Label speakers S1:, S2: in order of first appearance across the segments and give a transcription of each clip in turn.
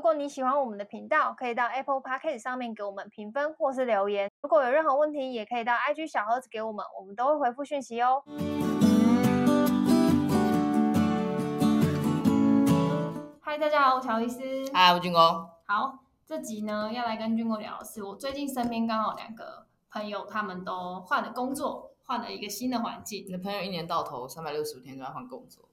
S1: 果你喜欢我们的频道，可以到 Apple Podcast 上面给我们评分或是留言。如果有任何问题，也可以到 IG 小盒子给我们，我们都会回复讯息哦。嗨，大家好，我乔伊斯。
S2: 嗨，吴军工，
S1: 好，这集呢要来跟军哥聊的是，我最近身边刚好两个朋友，他们都换了工作，换了一个新的环境。
S2: 你的朋友一年到头三百六十五天都在换工作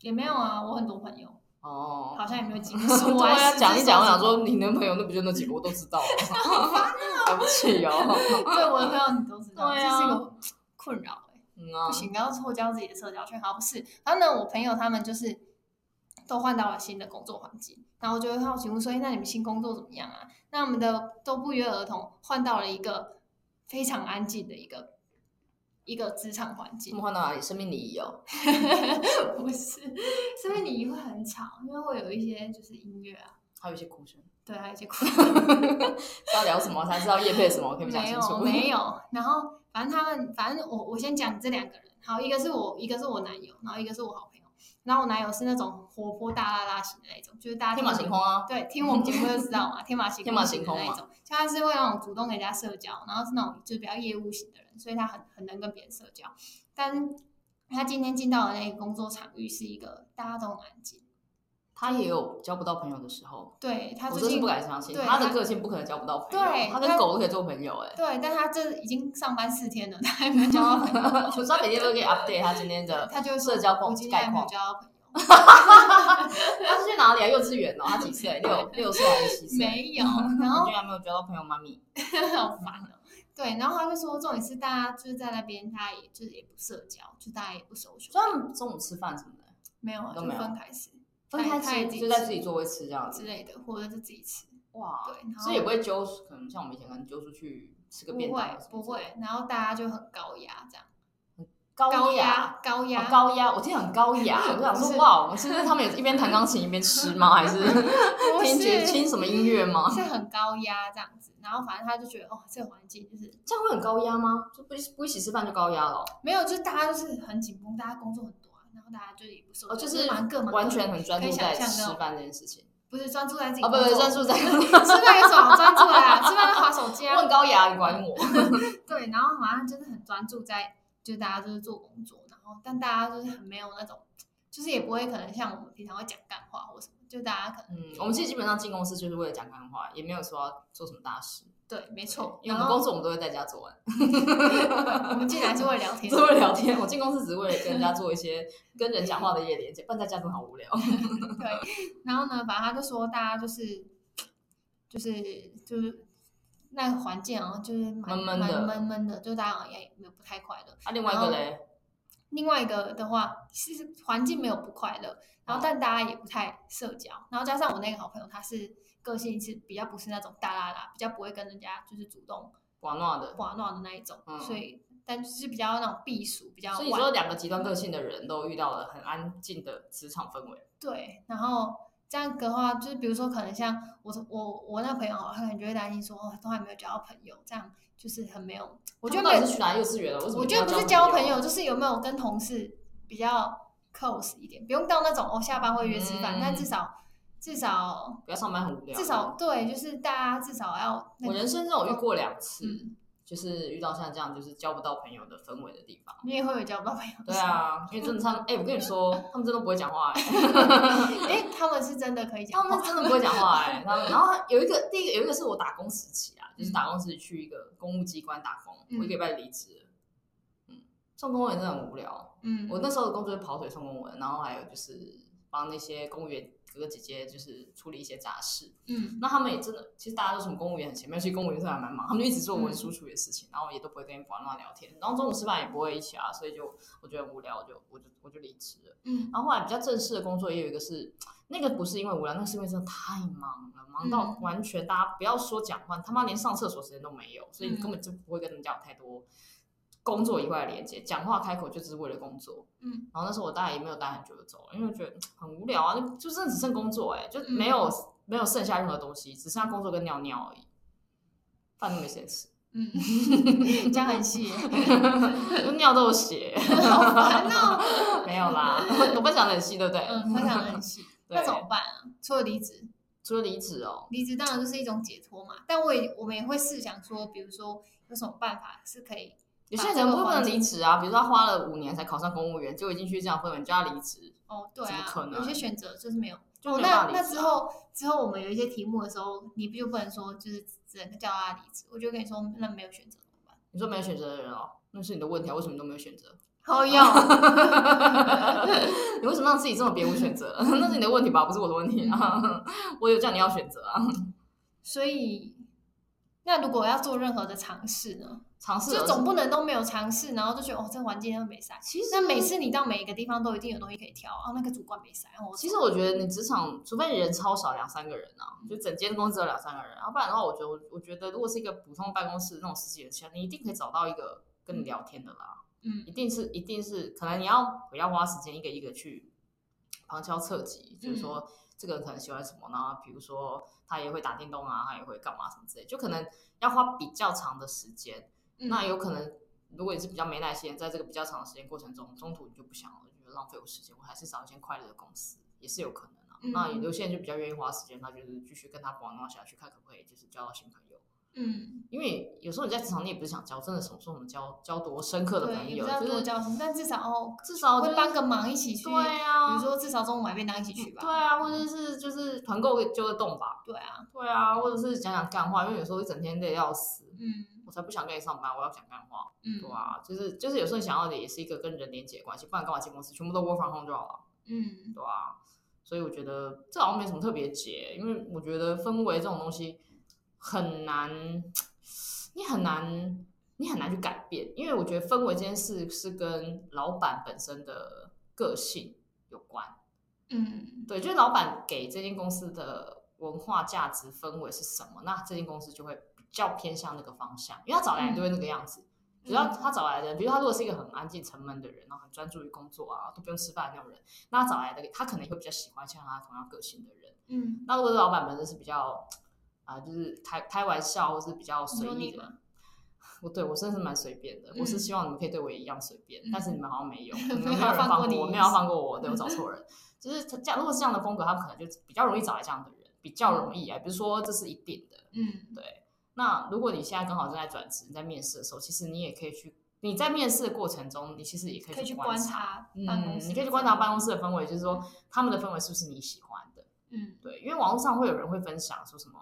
S1: 也没有啊，我很多朋友
S2: 哦。
S1: 好像也没有几个是 我
S2: 对
S1: 还
S2: 啊，
S1: 实
S2: 讲
S1: 质
S2: 一讲，我
S1: 上
S2: 想说你男朋友那不就那几个，我都知 道
S1: 啊
S2: 了。对不起哦。
S1: 对我的朋友你都知道，
S2: 对
S1: 这
S2: 啊
S1: 是一个困扰哎、
S2: 嗯啊
S1: 不，行，不要错交自己的社交圈。好，不是，反正呢，我朋友他们就是都换到了新的工作环境，然后就会好奇问说：“哎，那你们新工作怎么样啊？”那我们的都不约而同换到了一个非常安静的一个一个职场环
S2: 我
S1: 境
S2: 们。换到哪里？生命礼仪哦。
S1: 不是，是因为你会很吵，因为会有一些就是音乐啊，
S2: 还有一些哭声，
S1: 对，还有 一些哭。
S2: 是要聊什么？才知道叶配什么？我可以不讲
S1: 没
S2: 清
S1: 有
S2: 楚。
S1: 没有，然后反正他们，反正我我先讲这两个人，好，一个是我，一个是我男友，然后一个是我好朋友。然后我男友是那种活泼大拉拉型的那种，就是大家
S2: 天马
S1: 听
S2: 行空啊，
S1: 对，听我们节目就知道嘛，天马 行
S2: 天马
S1: 型
S2: 行
S1: 的
S2: 空
S1: 那一
S2: 嘛
S1: 种，像他是会那种主动跟人家社交，然后是那种就是比较业务型的人，所以他很很能跟别人社交。但他今天进到的那个工作场域是一个大家都很安静，
S2: 他也有交不到朋友的时候。
S1: 对他
S2: 我
S1: 最
S2: 真是
S1: 近
S2: 不敢相信，
S1: 对
S2: 他的
S1: 他
S2: 个性不可能交不到朋
S1: 对
S2: 友，他跟
S1: 他
S2: 狗都可以做朋友哎。
S1: 对，但他这已经上班四天了，他还没有 交到朋友。
S2: 我知道每天都可以 update 他今天的，
S1: 他就会说
S2: 社交
S1: 我
S2: 框
S1: 今天还
S2: 概
S1: 没有
S2: 况
S1: 交到朋友。
S2: 他是去哪里啊？幼稚园哦，他几岁？ 六六岁还是七岁？
S1: 没 有，然后
S2: 居然没有交到朋友，妈咪。
S1: 好烦哦。对，然后他就说，重点是大家就是在那边，他也就是也不社交，就大家也不熟悉，
S2: 所以他们中午吃饭什么的，
S1: 没有啊，
S2: 都
S1: 就
S2: 没有
S1: 分开吃
S2: 分开
S1: 他也自己
S2: 吃，就在自己座位吃这样
S1: 之
S2: 子。
S1: 类的，或者是自己吃，
S2: 哇，
S1: 对，然后
S2: 所以也不会揪，可能像我们以前可能揪出去吃个
S1: 不
S2: 便当
S1: 会
S2: 或什么
S1: 不
S2: 之类的，
S1: 会，然后大家就很高压这样，
S2: 高
S1: 压高
S2: 哦
S1: 压，
S2: 高压，我听很高 雅，我就想
S1: 不是
S2: 说哇，我们是不是他们也一边弹钢琴一边吃 吗？还是
S1: 不
S2: 听
S1: 是
S2: 觉听什么音乐吗？
S1: 是很高压这样子，然后反正他就觉得哦，这个环境就是
S2: 这样会很高压吗？就不一不一起吃饭就高压了哦，
S1: 没有，就是大家就是很紧绷，大家工作很多啊，然后大家就也不社交，
S2: 哦，就
S1: 就是蛮各忙各
S2: 完
S1: 的
S2: 全很专
S1: 可
S2: 注
S1: 以想
S2: 在
S1: 象
S2: 吃
S1: 那种
S2: 饭这件事情。
S1: 不是专注在自己
S2: 哦，不
S1: 工
S2: 不，
S1: 作
S2: 专注在
S1: 吃饭有什么专注 啦？吃饭就划手机
S2: 我
S1: 啊
S2: 很。高雅，你管我？
S1: 对，然后好像就是很专注在，就是大家就是做工作，然后但大家就是很没有那种，就是也不会可能像我们平常会讲干话或什么，就大家可能
S2: 嗯，我们其实基本上进公司就是为了讲干话，也没有说要做什么大事。
S1: 对，没错。
S2: 因为我们
S1: 然后
S2: 工作我们都会在家做完，
S1: 我们进来是为了聊天
S2: 是，为了聊天。我进公司只是为了跟人家做一 些跟人讲话的一些连接，不然在家真的好无聊。啊
S1: 然后呢，反正他就说大家就是就是就是那个环境啊，就是蛮
S2: 闷闷
S1: 蛮
S2: 的
S1: 闷闷的，就大家好像也没有不太快乐。
S2: 啊，另外一
S1: 哦
S2: 个嘞，
S1: 另外一个的话，其实环境没有不快乐，
S2: 哦
S1: 然后但大家也不太社交，然后加上我那个好朋友，他是个性是比较不是那种大啦啦，比较不会跟人家就是主动
S2: 玩闹的。
S1: 玩闹的那一种，
S2: 嗯
S1: 所以但就是比较那种避暑，比较
S2: 所以你
S1: 晚
S2: 说两个极端个性的人都遇到了很安静的职场氛围，
S1: 对，然后这样的话，就是比如说可能像我我我那个朋友，他可能就会担心说，哦，都还没有交到朋友，这样就是很没有，我觉得
S2: 他
S1: 没
S2: 们到底是
S1: 有
S2: 去哪幼稚园了？为什么
S1: 我
S2: 一
S1: 觉
S2: 定要
S1: 得不是交朋友，就是有没有跟同事比较 close 一点，不用到那种哦下班会约吃饭，
S2: 嗯
S1: 但至少至少
S2: 不要上班很无聊。啊
S1: 至少对，就是大家至少要那
S2: 我
S1: 个
S2: 人生中有遇过两次，
S1: 嗯，
S2: 就是遇到像这样就是交不到朋友的氛围的地方。
S1: 你也会有交不到朋友。
S2: 对， 啊，因为真的他们，哎、我跟你说，他们真的不会讲话、哎。
S1: 哎，他们是真的可以
S2: 他
S1: 讲
S2: 们
S1: 话，
S2: 真的不会讲话哎、他们然后有一个第一个有一个是我打工时期啊，就是打工时期去一个公务机关打工，
S1: 嗯
S2: 我一个礼拜离职了。嗯，送公文真的很无聊。
S1: 嗯，
S2: 我那时候的工作就是跑腿送公文，然后还有就是帮那些公务员哥哥姐姐就是处理一些杂事。
S1: 嗯
S2: 那他们也真的，其实大家都什么公务员很前面，其实公务员真的还蛮忙，他们就一直做
S1: 嗯
S2: 文书处理的事情，然后也都不会跟你玩乱聊天，然后中午吃饭也不会一起啊，所以就我觉得很无聊，我就我就我就离职了。
S1: 嗯
S2: 然后后来比较正式的工作也有一个是，那个不是因为无聊，那个是因为真的太忙了，忙到
S1: 嗯
S2: 完全大家不要说讲话，他妈连上厕所时间都没有，所以你
S1: 嗯
S2: 根本就不会跟人家有太多工作以外的连接，讲话开口就只是为了工作。
S1: 嗯
S2: 然后那时候我大概也没有待很久就走了，因为我觉得嗯很无聊啊，就就真的只剩工作哎、就没有、
S1: 嗯
S2: 没有剩下任何东西，只剩下工作跟尿尿而已，饭都没谁吃，
S1: 嗯， 这样很细耶，
S2: 就尿都有血，
S1: 好烦哦。
S2: 没有啦，我分享的很细对不对？
S1: 嗯，他讲的很细，
S2: 对
S1: 那怎么办啊？除了离职，
S2: 除了离职哦，
S1: 离职当然就是一种解脱嘛，但我也我们也会试想说，比如说有什么办法是可以
S2: 有些人会不能离职啊，比如说他花了五年才考上公务员，结果进去这样氛围，你叫他离职，
S1: 哦，对
S2: 怎么
S1: 啊
S2: 可，能
S1: 有些选择就是没有。
S2: 就没有办
S1: 哦
S2: 法
S1: 那那
S2: 离职
S1: 之
S2: 啊
S1: 后之后我们有一些题目的时候，你不就不能说就是只能叫他离职？我就跟你说，那没有选择怎么办？
S2: 你说没有选择的人哦，那是你的问题啊，为什么你都没有选 择？
S1: 好 用，
S2: 你为什么让自己这么别无选择？ 那是你的问题吧，不是我的问题啊。 我有叫你要选择啊，
S1: 所以那如果要做任何的尝试呢，
S2: 尝试而
S1: 就总不能都没有尝试，然后就觉得哦这环境又没塞。
S2: 其实
S1: 那每次你到每一个地方都一定有东西可以挑哦，那个主管没塞，哦我
S2: 其实我觉得你职场，除非你人超少，两三个人啊，就整间公司只有两三个人，要不然的话，我觉得我我觉得如果是一个普通办公室那种十几人下，你一定可以找到一个跟你聊天的啦，
S1: 嗯
S2: 一定是一定是，可能你要比较花时间一个一个去旁敲侧击，就是说这个人可能喜欢什么呢？比如说他也会打电动啊，他也会干嘛什么之类，就可能要花比较长的时间。
S1: 嗯
S2: 那有可能，如果你是比较没耐心，在这个比较长的时间过程中，中途你就不想了，就觉得浪费我时间，我还是找一间快乐的公司，也是有可能啊。
S1: 嗯
S2: 那有些人就比较愿意花时间，他就是继续跟他玩闹下去，看可不可以就是交到新朋友。
S1: 嗯，
S2: 因为有时候你在职场，你也不是想交真的什么时候我们交交多深刻的
S1: 对，
S2: 朋
S1: 也
S2: 友
S1: 不知，道
S2: 就
S1: 多
S2: 是
S1: 交什么，但至少哦
S2: 至少就
S1: 会
S2: 是
S1: 帮个忙，一起去，
S2: 对
S1: 比
S2: 啊
S1: 如，说至少中午买便当一起去
S2: 对
S1: 吧，
S2: 啊，或者是就是团购揪个洞吧，
S1: 对啊，
S2: 对啊，或者是讲讲干话，因为有时候一整天累得要死，
S1: 嗯
S2: 我才不想跟你上班，我要讲干话。
S1: 嗯，
S2: 对啊，就是就是有时候你想要的也是一个跟人连接的关系，不然干嘛进公司？全部都 work from home 就好了，
S1: 嗯
S2: 对啊。所以我觉得这好像没什么特别解，因为我觉得氛围这种东西很难，你很难，你很难去改变，因为我觉得氛围这件事是跟老板本身的个性有关。
S1: 嗯
S2: 对，就是老板给这间公司的文化价值氛围是什么，那这间公司就会比较偏向那个方向，因为他找来人就会那个样子。只要他找来的人，比如他如果是一个很安静沉闷的人，然后很专注于工作啊，都不用吃饭的那种人，那他找来的他可能会比较喜欢像他同样个性的人。
S1: 嗯，
S2: 那如果是老板本身是比较啊、就是开开玩笑或是比较随
S1: 你
S2: 意
S1: 说你
S2: 的， 我对我真的是蛮随便的。我是
S1: 嗯
S2: 希望你们可以对我也一样随便，但是你们好像没有，你们
S1: 没有
S2: 没有人
S1: 放
S2: 放过
S1: 过你
S2: 我，没有放过我，对我找错人。 就是他这样，如果是这样的风格，他们可能就比较容易找来这样的人，比较容易啊。比如说，这是一定的。
S1: 嗯
S2: 那如果你现在刚好正在转职，你在面试的时候，其实你也可以去，你在面试的过程中，你其实也可
S1: 可以
S2: 以
S1: 去
S2: 去
S1: 观
S2: 察，
S1: 察
S2: 嗯
S1: 办公，室，
S2: 你可以去观察办公，室的氛围，就是说他们的氛围是不是你喜欢的。
S1: 嗯
S2: 对，因为网络上会有人会分享说什么，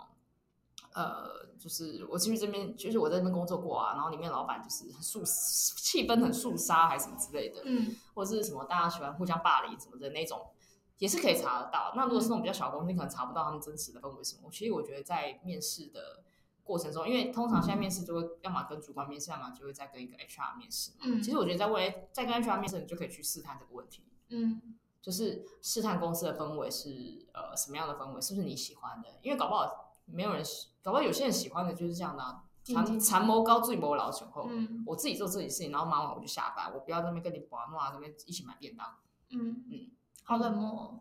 S2: 呃，就是我其实这边就是我在那边工作过啊，然后里面老板就是很肃，气氛很肃杀还是什么之类的，
S1: 嗯
S2: 或者是什么大家喜欢互相霸凌什么的那种，也是可以查得到。那如果是那种比较小的公司，你可能查不到他们真实的氛围是什么。其实我觉得在面试的过程中，因为通常
S1: 嗯
S2: 现在面试就会要么跟主管面试，要么就会再跟一个 HR 面试嘛。
S1: 嗯
S2: 其实我觉得在未来再跟 HR 面试，你就可以去试探这个问题。
S1: 嗯
S2: 就是试探公司的氛围是呃什么样的氛围，是不是你喜欢的？因为搞不好没有人喜，搞不好有些人喜欢的就是这样的、啊，
S1: 竞技
S2: 残残谋高，最谋老雄厚。
S1: 嗯
S2: 我自己做自己事情，然后忙完我就下班，我不要在那边跟你玩闹，那边一起买便当。
S1: 嗯，好冷漠哦，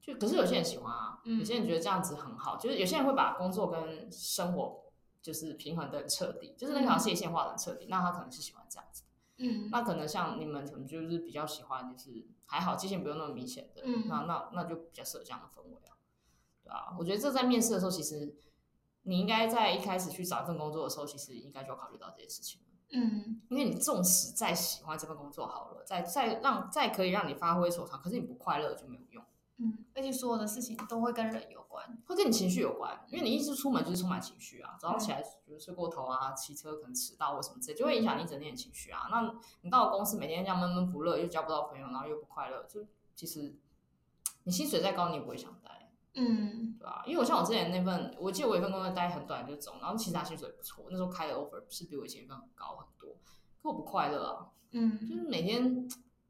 S2: 就可是有些人喜欢啊，
S1: 嗯
S2: 有些人觉得这样子很好，就是有些人会把工作跟生活就是平衡的很彻底，就是那条界限画的很彻底，那他可能是喜欢这样子。
S1: 嗯
S2: 那可能像你们可能就是比较喜欢，就是还好界限不用那么明显的，
S1: 嗯
S2: 那那那就比较适合这样的氛围啊，对啊，我觉得这在面试的时候，其实你应该在一开始去找一份工作的时候，其实应该就要考虑到这件事情，
S1: 嗯
S2: 因为你纵使再喜欢这份工作好了，再再让再可以让你发挥所长，可是你不快乐就没有用，
S1: 嗯，而且所有的事情都会跟人有关，
S2: 会跟你情绪有关，因为你一直出门就是充满情绪啊，早上起来比如睡过头啊，骑车可能迟到或什么之类，就会影响你一整天的情绪啊。那你到了公司每天这样闷闷不乐，又交不到朋友，然后又不快乐，就其实你薪水再高你也不会想待，
S1: 嗯
S2: 对吧、因为我像我之前那份，我记得我有一份工作待很短就走，然后其实他薪水不错，那时候开的 offer 是比我以前一份高很多，可我不快乐啊，就
S1: 嗯
S2: 是每天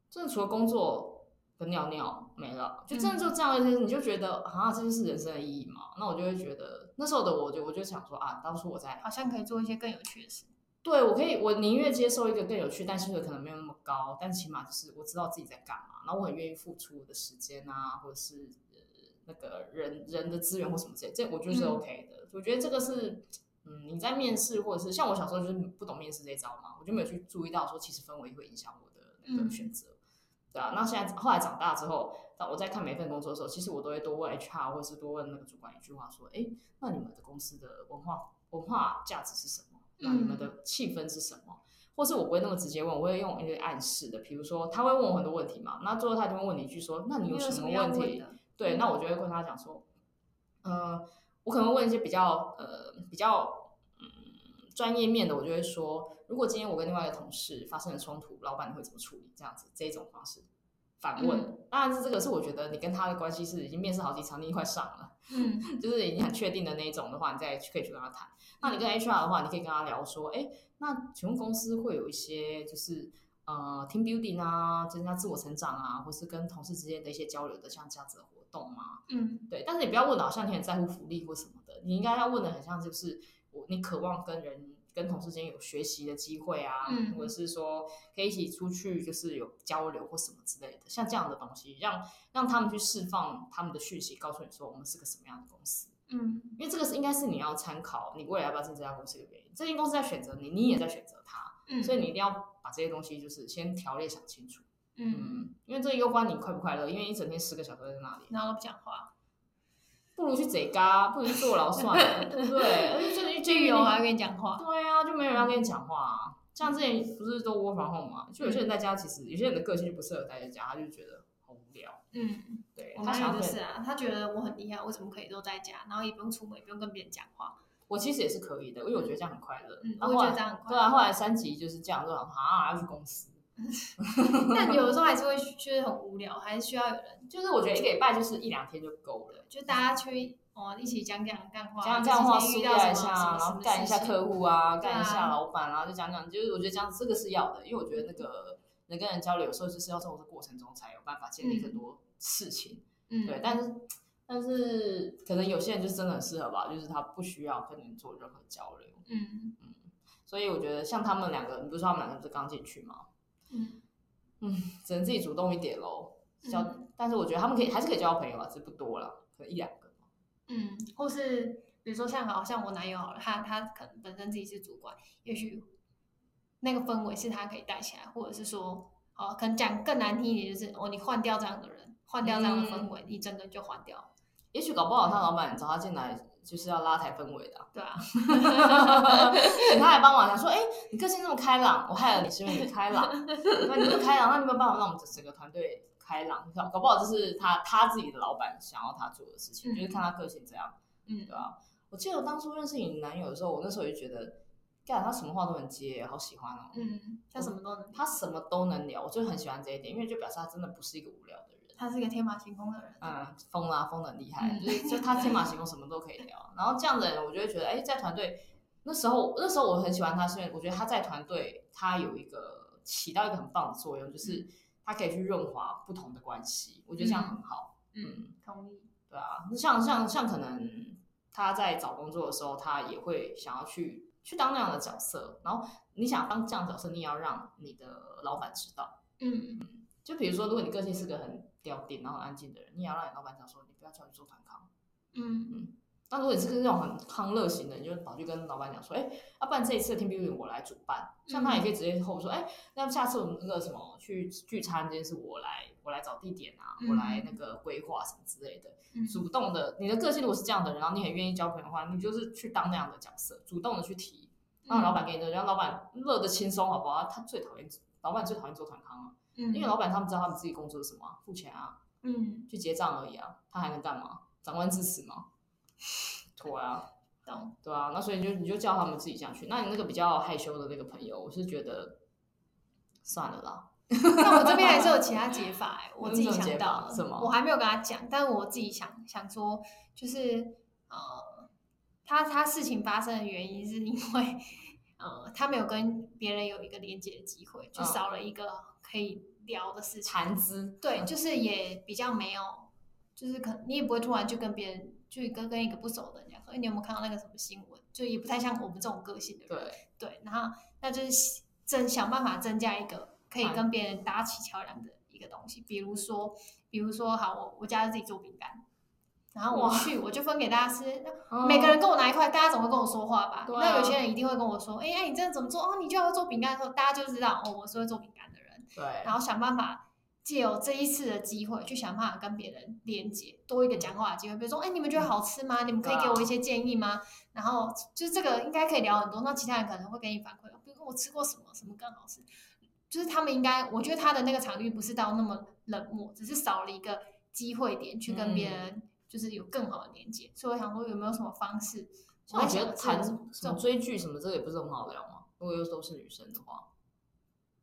S2: 真的除了工作跟尿尿没了，就真的就这样一件事，你就觉得啊，这就是人生的意义嘛。那我就会觉得那时候的我就我就想说啊，当初我在
S1: 好像可以做一些更有趣的事，
S2: 对我可以，我宁愿接受一个更有趣，但薪水可能没有那么高，但起码就是我知道自己在干嘛，然后我很愿意付出我的时间啊，或者是呃那个人人的资源或什么之类，这我觉得是
S1: 嗯
S2: OK 的。我觉得这个是。嗯，你在面试或者是像我小时候就是不懂面试这一招嘛，我就没有去注意到说其实氛围会影响我的那个
S1: 嗯
S2: 选择。对啊，那现在后来长大之后，那我在看每一份工作的时候，其实我都会多问 HR 或是多问那个主管一句话，说：“哎，那你们的公司的文化文化价值是什么？那你们的气氛是什么？”或是我不会那么直接问，我会用一些暗示的，比如说他会问我很多问题嘛，那最后他就会问你一句说：“那你有
S1: 有
S2: 什
S1: 什
S2: 么
S1: 么要
S2: 问嗯
S1: 问
S2: 题？”
S1: 的？
S2: 对，那我就会跟他讲说，呃，我可能问一些比较呃比较嗯专业面的，我就会说，如果今天我跟另外一个同事发生了冲突，老板会怎么处理？这样子这一种方式反问。当然是这个是我觉得你跟他的关系是已经面试好几场，你已经快上了，
S1: 嗯，
S2: 就是已经很确定的那一种的话，你再去可以去跟他谈。那
S1: 嗯
S2: 你跟 HR 的话，你可以跟他聊说，哎，那请问公司会有一些就是呃 team building 啊，增加自我成长啊，或是跟同事之间的一些交流的像这样子的活动吗？
S1: 嗯
S2: 对，但是你不要问的好像你很在乎福利或什么的，你应该要问的很像就是我你渴望跟人跟同事之间有学习的机会啊，
S1: 嗯
S2: 或者是说可以一起出去就是有交流或什么之类的，像这样的东西，让让他们去释放他们的讯息，告诉你说我们是个什么样的公司。
S1: 嗯
S2: 因为这个是应该是你要参考你未来要不要进这家公司的原因。这间公司在选择你，你也在选择它，
S1: 嗯，
S2: 所以你一定要把这些东西就是先条列想清楚。
S1: 嗯，
S2: 嗯，因为这攸关你快不快乐，因为一整天十个小时都在那里，
S1: 然后都不讲话，
S2: 不如去贼嘎，不如去坐牢算了， 对不对？而且这里监
S1: 狱
S2: 狱
S1: 友还
S2: 里，
S1: 要跟你讲话，
S2: 对啊，就没有人要跟你讲话、啊。像之前不是都窝房后嘛，就有些人在家，其实有些人的个性就不适合待在家，他就觉得好无聊。
S1: 嗯，
S2: 对
S1: 我
S2: 他
S1: 男
S2: 想
S1: 友
S2: 要
S1: 就是
S2: 跟，
S1: 啊，他觉得我很厉害，为什么可以都在家，然后也不用出门，也不用跟别人讲话，
S2: 我其实也是可以的，因为我觉得这样很快乐。
S1: 嗯，
S2: 然
S1: 我
S2: 后后
S1: 也觉得
S2: 来
S1: 这样很
S2: 对
S1: 快
S2: 啊，
S1: 乐。
S2: 后来三级就是这样，就想啊要去公司，
S1: 但有的时候还是会就是很无聊，还是需要有人，
S2: 就是我觉得一个礼拜就是一两天就够了，
S1: 就大家去哦一起讲讲干话，
S2: 讲讲这样的话
S1: 一起
S2: 舒
S1: 遇到什
S2: 压
S1: 么
S2: 一
S1: 什
S2: 下，
S1: 么
S2: 然
S1: 什
S2: 后
S1: 么
S2: 干一下
S1: 事情
S2: 客户啊，
S1: 对啊
S2: 干一下老板啊，就讲讲，就是我觉得这样这个是要的，因为我觉得那个人跟人交流，有时候就是要从这个过程中才有办法建立很多事情，
S1: 嗯，
S2: 对，但是。但是可能有些人就真的很适合吧，就是他不需要跟人做任何交流，
S1: 嗯
S2: 所以我觉得像他们两个，你不是说他们两个不是刚进去吗？
S1: 嗯
S2: 只能自己主动一点喽。交，
S1: 嗯
S2: 但是我觉得他们可以还是可以交朋友啊，只是不多了，可能一两个。
S1: 嗯，或是比如说像好像我男友好了，他他可能本身自己是主管，也许那个氛围是他可以带起来，或者是说哦，可能讲更难听一点，就是哦，你换掉这样的人，换掉这样的
S2: 嗯
S1: 氛围，你整个就换掉了，
S2: 也许搞不好他老板找他进来就是要拉抬氛围的啊、
S1: 对啊，
S2: 请他来帮忙，想说，哎、你个性这么开朗，我害了你是因为你开朗，那你这么开朗，那你有没有办法让我们整个团队开朗？搞不好这是他他自己的老板想要他做的事情，
S1: 嗯
S2: 就是看他个性怎样，
S1: 嗯
S2: 对吧、我记得我当初认识你男友的时候，我那时候就觉得，干他什么话都能接，好喜欢哦，
S1: 嗯，他什么都能，
S2: 他什么都能聊，我就很喜欢这一点，因为就表示他真的不是一个无聊的人。
S1: 他是一个天马行空的人，
S2: 嗯，疯啦、疯的很厉害，
S1: 嗯
S2: 就是就他天马行空，什么都可以聊。然后这样的人，我就会觉得，哎，在团队那时候，那时候我很喜欢他，是因为我觉得他在团队他有一个起到一个很棒的作用，就是他可以去润滑不同的关系，我觉得这样很好。
S1: 嗯嗯，同意，
S2: 对啊，那像像像可能他在找工作的时候，他也会想要去去当那样的角色。然后你想当这样的角色，你也要让你的老板知道。
S1: 嗯
S2: 就比如说，如果你个性是个很吊定然后很安静的人，你也要让你老板知道说，你不要叫你做团康。
S1: 嗯
S2: 那如果你是那种很康乐型的，你就跑去跟老板讲说，哎、要、不然这一次的 team building 我来主办，像他也可以直接后说，哎、那下次我们那个什么去聚餐这件事，我来我来找地点啊，我来那个规划什么之类的，
S1: 嗯，
S2: 主动的，你的个性如果是这样的人，然后你很愿意交朋友的话，你就是去当那样的角色，主动的去提，让老板给你的，让老板乐得轻松，好不好？他最讨厌老板最讨厌做团康了，
S1: 嗯，
S2: 因为老板他们知道他们自己工作是什么啊，付钱啊，
S1: 嗯
S2: 去结账而已啊，他还能干嘛？长官致死吗？妥啊，
S1: 懂，
S2: 对啊，那所以你就你就叫他们自己这样去。那你那个比较害羞的那个朋友，我是觉得算了啦，
S1: 那我这边还是有其他解法、欸，我自己想到
S2: 你有没有解法
S1: 了
S2: 什么
S1: 我还没有跟他讲，但我自己想想说，就是呃，他他事情发生的原因是因为呃，他没有跟别人有一个连接的机会，就
S2: 嗯
S1: 少了一个可以聊的事情。
S2: 谈资
S1: 对，就是也比较没有，就是可你也不会突然就跟别人就跟跟一个不熟的人讲说，哎、你有没有看到那个什么新闻？就也不太像我们这种个性的人。
S2: 对，
S1: 对，然后那就是增想办法增加一个可以
S2: 嗯
S1: 跟别人搭起桥梁的一个东西，比如说，比如说，好，我我家自己做饼干，然后我
S2: 哇
S1: 去我就分给大家吃，
S2: 嗯
S1: 哦每个人跟我拿一块，大家总会跟我说话吧？
S2: 对啊
S1: 那有些人一定会跟我说，哎、哎，你这个怎么做？哦，你就要会做饼干的时候，大家就知道哦，我是会做饼干的人，
S2: 对
S1: 然后想办法借由这一次的机会去想办法跟别人连接，多一个讲话的机会。比如说，哎、你们觉得好吃吗？你们可以
S2: 嗯对啊
S1: 给我一些建议吗？然后就是这个应该可以聊很多，那其他人可能会给你反馈，哦比如说我吃过什么什么更好吃。就是他们应该，我觉得他的那个场域不是到那么冷漠，只是少了一个机会点去跟别
S2: 嗯
S1: 人就是有更好的连接。所以我想说，有没有什么方式？
S2: 像我觉
S1: 在
S2: 得
S1: 想
S2: 谈
S1: 这
S2: 什么追剧什么，这个也不是很好聊嘛。如果又都是女生的话，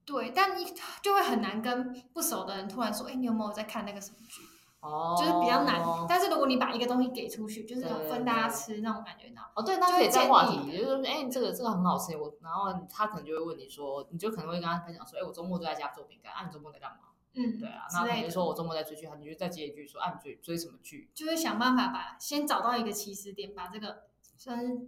S1: 对，但你就会很难跟不熟的人突然说，哎、你有没有在看那个什么剧？
S2: 哦，
S1: 就是比较难。但是如果你把一个东西给出去，就是有分大家吃那种感觉，然后
S2: 哦，对，那
S1: 就
S2: 可
S1: 会
S2: 以在
S1: 建
S2: 话
S1: 议
S2: 题，就是说，哎、这个这个很好吃，我，然后他可能就会问你说，你就可能会跟他分享说，哎、我周末都在家做饼干，啊，你周末在干嘛？
S1: 嗯，
S2: 对啊，那
S1: 之
S2: 可能
S1: 类
S2: 就
S1: 的，
S2: 说我周末在追剧，你就再接一句说，啊，你追追什么剧？
S1: 就是想办法把先找到一个起始点，把这个算是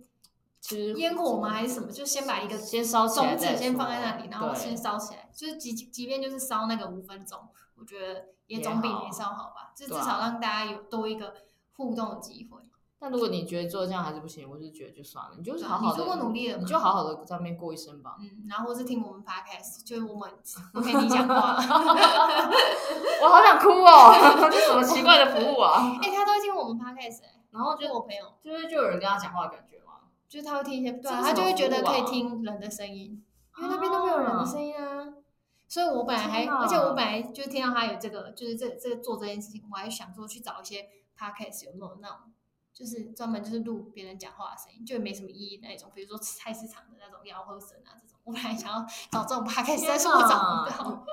S2: 其实
S1: 烟火吗还是什么，就先把一个
S2: 先烧起来
S1: 种
S2: 再
S1: 子
S2: 说
S1: 先放在那里，然后
S2: 对
S1: 先烧起来，就是即即便就是烧那个五分钟，我觉得也
S2: 也
S1: 总比
S2: 好
S1: 没烧好吧，就至
S2: 对啊
S1: 少让大家有多一个互动的机会。
S2: 但如果你觉得做这样还是不行，我是觉得就算了，你就是
S1: 对
S2: 好
S1: 啊
S2: 好
S1: 你
S2: 的，
S1: 做过努力了
S2: 你
S1: 嘛
S2: 就好好的在那边过一生吧。
S1: 嗯，然后或是听我们 podcast，就是我们我陪你讲话，
S2: 我好想哭哦，这什么奇怪的服务啊？
S1: 哎、他都会听我们 podcast，、欸、
S2: 然后
S1: 就是我朋友，
S2: 就是就有人跟他讲话的感觉嘛。
S1: 就是他会听一些，对、啊，
S2: 这是什
S1: 他就
S2: 么
S1: 会觉得
S2: 服务
S1: 可以
S2: 啊
S1: 听人的声音，因为那边都没有人的声音啊。所以我本来还，
S2: 天哪
S1: 而且我本来就听到他有这个，就是这这做这件事情，我还想说去找一些 podcast 有没有那种，就是专门就是录别人讲话的声音，就没什么意义的那种，比如说菜市场的那种吆喝声啊这种。我本来想要找这种
S2: 哎
S1: podcast，但是我找不到，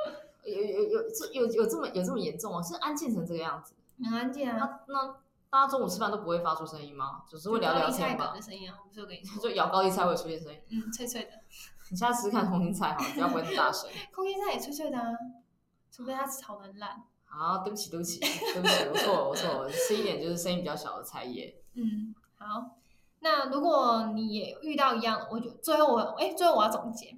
S2: 有有有这有有这么有这么严重吗？啊是安静成这个样子？
S1: 很安静啊，
S2: 那那大家中午吃饭都不会发出声音吗？只是会聊
S1: 就
S2: 聊
S1: 高丽菜
S2: 天
S1: 梗
S2: 吧
S1: 的？声音啊，我不是有跟你说，
S2: 就咬高丽菜会出现声音。
S1: 嗯，脆脆的。
S2: 你下次试试看红心菜好了，不要不会那么大声。
S1: 空心菜也脆脆的啊，除非它炒的烂。
S2: 好，对不起，对不起，对不起，我错了，我错了，我吃一点就是声音比较小的菜叶。
S1: 嗯，好。那如果你也遇到一样的，我就最后我哎、最后我要总结，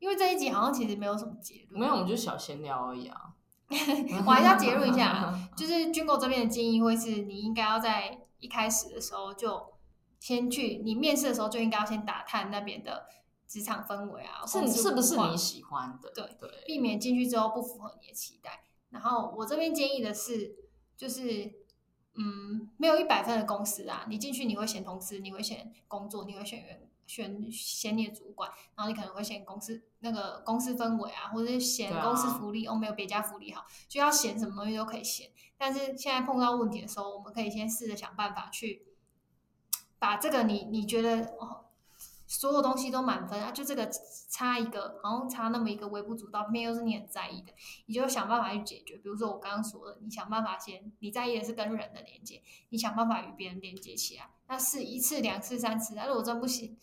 S1: 因为这一集好像其实没有什么结论，
S2: 没有，我们就小闲聊而已啊。
S1: 我还是要结论一下 啊。就是军购这边的建议会是，你应该要在一开始的时候就先去，你面试的时候就应该要先打探那边的职场氛围啊，
S2: 是
S1: 公
S2: 你
S1: 司
S2: 是不是
S1: 文化
S2: 你喜欢的？
S1: 对
S2: 对，
S1: 避免进去之后不符合你的期待。然后我这边建议的是，就是嗯，没有一百分的公司啊，你进去你会选同事，你会选工作，你会选员，选选你的主管，然后你可能会选公司那个公司氛围啊，或者是选
S2: 对啊
S1: 公司福利、哦，没有别家福利好，就要选什么东西都可以选。但是现在碰到问题的时候，我们可以先试着想办法去把这个你你觉得哦，所有东西都满分啊，就这个差一个，好像差那么一个微不足道，偏又是你很在意的，你就想办法去解决。比如说我刚刚说的，你想办法先，你在意的是跟人的连接，你想办法与别人连接起来。那试一次、两次、三次，那如果真不行，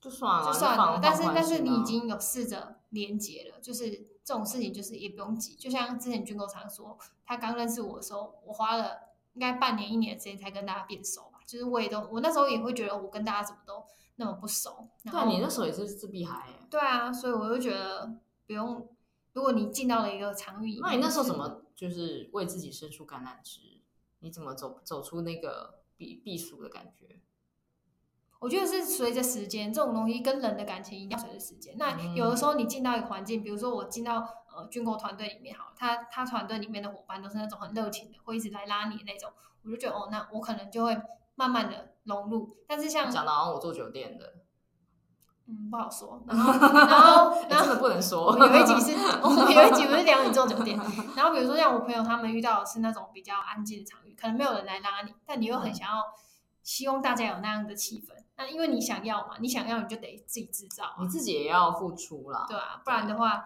S2: 就算了，
S1: 就算了
S2: 啊放。
S1: 但是
S2: 放宽
S1: 但是
S2: 心
S1: 你
S2: 啊
S1: 已经有试着连接了，就是这种事情就是也不用急。就像之前军购常说，他刚认识我的时候，我花了应该半年一年的时间才跟大家变熟吧。就是我也都我那时候也会觉得我跟大家怎么都那么不熟。然
S2: 对啊
S1: 后
S2: 你那时候也是自闭孩耶。欸
S1: 对啊，所以我就觉得不用。如果你进到了一个场域里面，
S2: 那你那时候
S1: 就是
S2: 怎么就是为自己伸出橄榄枝？你怎么走走出那个避避暑的感觉？
S1: 我觉得是随着时间，这种东西跟人的感情一定要随着时间。那
S2: 嗯
S1: 有的时候你进到一个环境，比如说我进到呃军购团队里面，好了，他他团队里面的伙伴都是那种很热情的，会一直来拉你的那种，我就觉得哦，那我可能就会慢慢的融入。但是像
S2: 讲到好像我做酒店的，
S1: 嗯不好说，然 后然后
S2: 哎真
S1: 然后
S2: 的不能说。
S1: 我们有一集是，我们有一集不是聊你做酒店，然后比如说像我朋友他们遇到的是那种比较安静的场域，可能没有人来拉你，但你又
S2: 嗯
S1: 很想要，希望大家有那样的气氛。那因为你想要嘛，你想要你就得自己制造啊，
S2: 你自己也要付出啦。
S1: 对啊，不然的话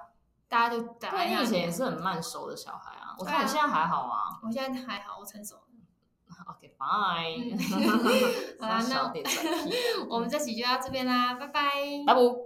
S1: 大家就打在
S2: 对，啊
S1: 那
S2: 你以前
S1: 里
S2: 也。是很慢熟的小孩啊。我
S1: 对
S2: 看
S1: 啊
S2: 你现在还好啊。
S1: 我现在还好，我成熟了。
S2: OK，拜
S1: 嗯。
S2: 小
S1: 那
S2: 嗯 点小屁，
S1: 我们这期就到这边啦，拜拜。
S2: 打不。